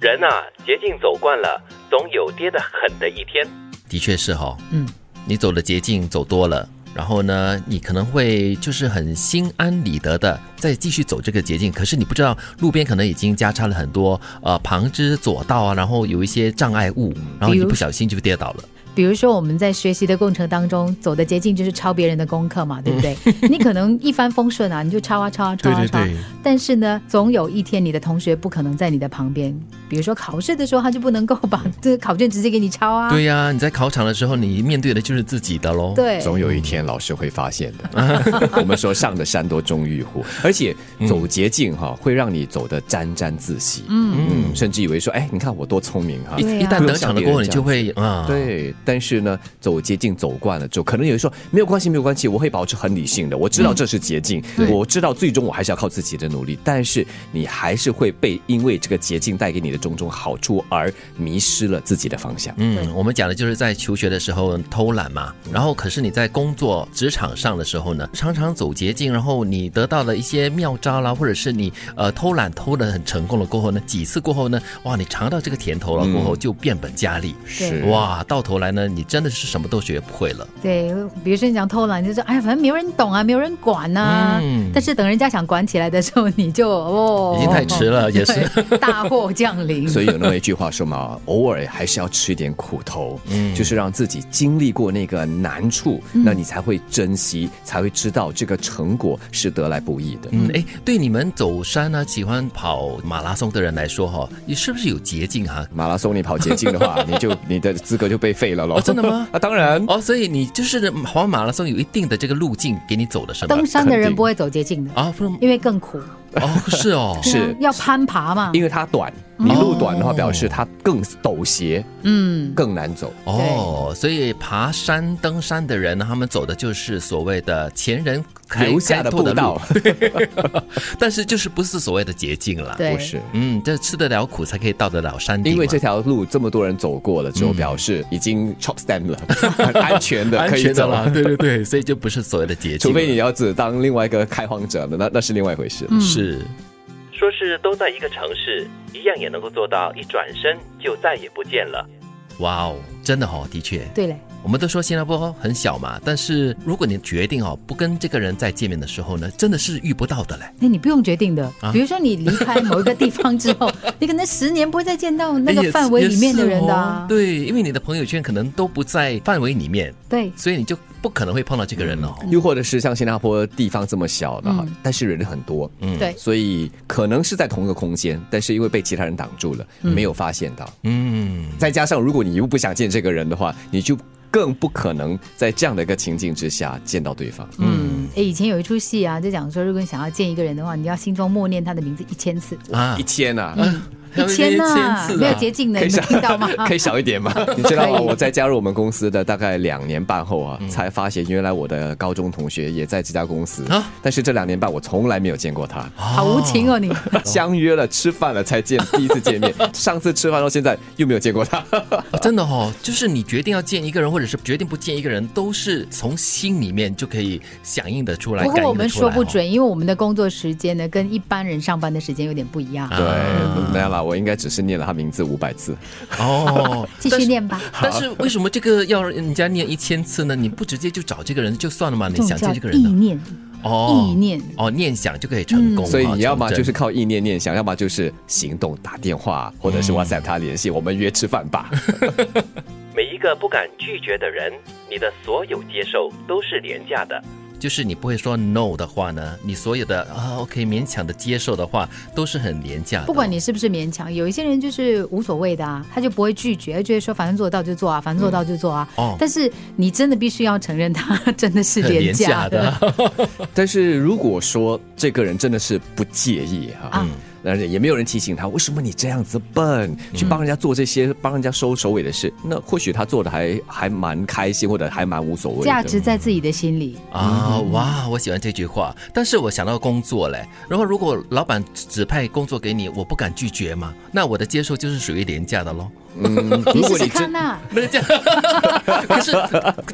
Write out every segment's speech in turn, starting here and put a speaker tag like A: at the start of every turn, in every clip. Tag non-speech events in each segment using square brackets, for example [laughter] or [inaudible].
A: 人呐、捷径走惯了，总有跌得狠的一天。
B: 的确是哈、
C: 嗯，
B: 你走的捷径走多了，然后呢，你可能会就是很心安理得的再继续走这个捷径，可是你不知道路边可能已经加插了很多呃旁枝左道啊，然后有一些障碍物，然后
C: 比
B: 一
C: 如
B: 不小心就跌倒了。
C: 比如说我们在学习的过程当中走的捷径就是抄别人的功课
D: 嗯
C: 嘛，对不对？
D: [laughs]
C: 你可能一帆风顺啊，你就抄啊抄啊抄
D: 对
C: 啊抄
D: 对
C: 啊
D: 对，
C: 但是呢，总有一天你的同学不可能在你的旁边，比如说考试的时候，他就不能够把
D: 嗯
C: 这考卷直接给你抄啊。
B: 对呀、你在考场的时候，你面对的就是自己的喽。
C: 对
D: 总有一天老师会发现的。 [laughs] 我们说上的山多终遇虎，而且走捷径哈、会让你走得沾沾自喜，嗯嗯，甚至以为说，哎，你看我多聪明哈、
B: 一
C: 对呀
B: 一旦得逞了过后，你就会啊，，
D: 对，但是呢，走捷径走惯了之后，可能有人说没有关系，没有关系，我会保持很理性的，我知道这是捷径，
B: 对
D: 我知道最终我还是要靠自己的努力，但是你还是会被因为这个捷径带给你的种种好处而迷失了自己的方向。
B: 嗯，我们讲的就是在求学的时候偷懒嘛，
C: 嗯
B: 然后可是你在工作职场上的时候呢，常常走捷径，然后你得到了一些妙招啦，或者是你呃偷懒偷的很成功了过后呢，几次过后呢，哇，你尝到这个甜头了过后就变本加厉，
C: 嗯是
B: 哇，到头来呢，你真的是什么都学不会了。
C: 对，比如说你想偷懒，你就说哎呀，反正没有人懂啊，没有人管啊。
B: 嗯
C: 但是等人家想管起来的时候，你就哦，
B: 已经太迟
C: [laughs]
B: 了也是
C: 对大祸降临。
D: [laughs] 所以有那么一句话说嘛， [laughs] 偶尔还是要吃一点苦头，嗯，就是让自己经历过那个难处，
B: 嗯
D: 那你才会珍惜，才会知道这个成果是得来不易的。
B: 嗯，哎，对你们走山呢、喜欢跑马拉松的人来说哈、你是不是有捷径哈、
D: 马拉松你跑捷径
B: [laughs]
D: 的话，你就你的资格就被废了喽、
B: 哦真的吗
D: [laughs] 啊，当然。
B: 哦，所以你就是跑马拉松有一定的这个路径给你走的是吗？
C: 登山的
D: 肯
C: 人
D: 定
C: 不会走捷径的，
B: 啊，不是
C: 因为更苦，
B: 哦，是哦，
C: [laughs]
D: 是
C: 对啊要攀爬嘛。
D: 因为它短，你路短的话，
B: 哦
D: 表示它更陡斜，
C: 嗯，
D: 更难走。
B: 哦，所以爬山登山的人呢，他们走的就是所谓的前人开
D: 留下的步，
B: 开拓
D: 道
B: 路
D: [laughs]
B: 但是就是不是所谓的捷径了。，
C: 对，
D: 啊不是，
B: 嗯，这吃得了苦才可以到得了山顶嘛。
D: 因为这条路这么多人走过了之后，表示已经 chop stem 了， [laughs] 很安全的，
B: 嗯安
D: 可以
B: 全的
D: 走
B: 啦， [laughs] 对对对，所以就不是所谓的捷径了。
D: [laughs] 除非你要只当另外一个开荒者的，那那是另外一回事。
C: 嗯
B: 是
A: 说是都在一个城市，一样也能够做到一转身就再也不见了。
B: 哇哦，真的哦，的确，
C: 对嘞，
B: 我们都说新加坡很小嘛，但是如果你决定哦不跟这个人再见面的时候呢，真的是遇不到的嘞。
C: 那你不用决定的
B: 啊。
C: 比如说你离开某一个地方之
B: [laughs]
C: 后，你可能十年不会再见到那
B: 哎
C: 个
B: 也
C: 范围里面的人的
B: 也
C: 啊
B: 是哦。对，因为你的朋友圈可能都不在范围里面，
C: 对，
B: 所以你就不可能会碰到这个人哦。
D: 又或者是像新加坡地方这么小的哈
C: 嗯，
D: 但是人很多，
B: 嗯
C: 对
D: 所以可能是在同一个空间，但是因为被其他人挡住了，没有发现到。
B: 嗯，
D: 再加上，如果你又不想见这个人的话，你就更不可能在这样的一个情境之下见到对方。
C: 嗯，哎，以前有一出戏啊，就讲说，如果你想要见一个人的话，你要心中默念他的名字一千次，
B: 啊
D: 一，千啊，
B: 还有
C: 一千
B: 一
C: 呐、
B: 次啊
C: 没有捷径的，
D: 可以
C: 你
D: 少
C: 嗯们听
B: [laughs]
C: 到吗？
D: 可以少一点吗？你知道
C: 可
D: 吗？
C: 以
D: 我在加入我们公司的大概两年半后
C: 嗯
D: 啊，才发现原来我的高中同学也在这家公司
B: 啊，
D: 但是这两年半我从来没有见过他。
C: [laughs] 好无情哦你！
D: [laughs] 相约了吃饭了才见，第一次
C: [laughs]
D: 见面，上次吃饭到现在又没有见过他。
B: 哦真的哦，就是你决定要见一个人，或者是决定不见一个人，都是从心里面就可以响应的出来。
C: 不
B: 感应
C: 过
B: 得
C: 我们
B: 出来
C: 说
B: 哦
C: 不，准，因为我们的工作时间呢，跟一般人上班的时间有点不一样。，
B: 啊
D: [laughs] 对，没有啦，我应该只是念了他名字五百次。
B: 哦
C: 继续念吧， [laughs]
B: 但是。但是为什么这个要人家念一千次呢？你不直接就找这个人就算了嘛？你
C: 这种
B: 想
C: 叫
B: 见这个
C: 意
B: 人呢？
C: 念，
B: 哦，
C: 意念
B: 哦，念想就可以成功啊。
D: 嗯所以你要么
B: 成
D: 就
B: 真
D: 是靠意念念想，要么就是行动打电话，或者是 WhatsApp 他联系，我们约吃饭 [laughs] 吧。
A: 每一个不敢拒绝的人，你的所有接受都是廉价的。
B: 就是你不会说 no 的话呢，你所有的啊 OK 勉强的接受的话，都是很廉价的。哦
C: 不管你是不是勉强，有一些人就是无所谓的啊，他就不会拒绝，觉得说反正做得到就做啊，反正做得到就做啊。
B: 哦
C: 但是你真的必须要承认，他真的是
B: 很廉
C: 价
B: 价的， [laughs]
D: 但是如果说这个人真的是不介意哈、
C: 啊
D: 而且也没有人提醒他为什么你这样子笨，去帮人家做这些帮人家收手尾的事，那或许他做的还还蛮开心，或者还蛮无所谓的。
C: [laughs] 价值在自己的
B: [laughs]
C: 心里。
B: 啊，哇，我喜欢这句话。但是我想到工作嘞，然后如果老板指派工作给你，我不敢拒绝嘛，那我的接受就是属于廉价的喽。
D: 嗯，
C: 你
D: 如
C: 试
D: 果
C: 试
D: 你
C: 看啊
D: 真
C: 呐、
B: 不是这 [laughs] 样，可是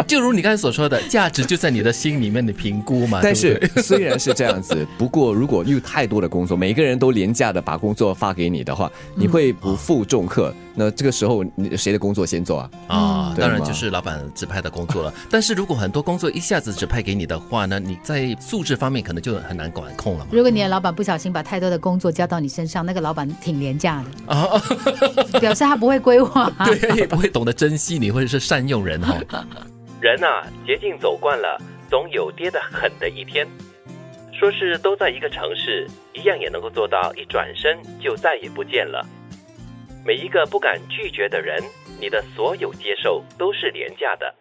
B: 就如你刚才所说的，价值就在你的心里面的评估嘛。
D: 但
B: 对不对
D: 是 [laughs] 虽然是这样子，不过如果有太多的工作，每个人都廉价的把工作发给你的话，你
B: 嗯
D: 会不负重客。那这个时候，你谁的工作先做啊？
B: 啊、
D: 对
B: 当然
D: 吗
B: 就是老板指派的工作了。 [laughs] 但是如果很多工作一下子指派给你的话呢，你在素质方面可能就很难管控了嘛。
C: 如果你的老板不小心把太多的工作交到你身上，那个老板挺廉价的，
B: 啊，
C: 表示他不会啊规划。
B: [laughs] 对，也不会懂得珍惜你或者是善用人哦。
A: 人呐、捷径走惯了，总有跌得狠的一天。说是都在一个城市，一样也能够做到一转身就再也不见了。每一个不敢拒绝的人，你的所有接受都是廉价的。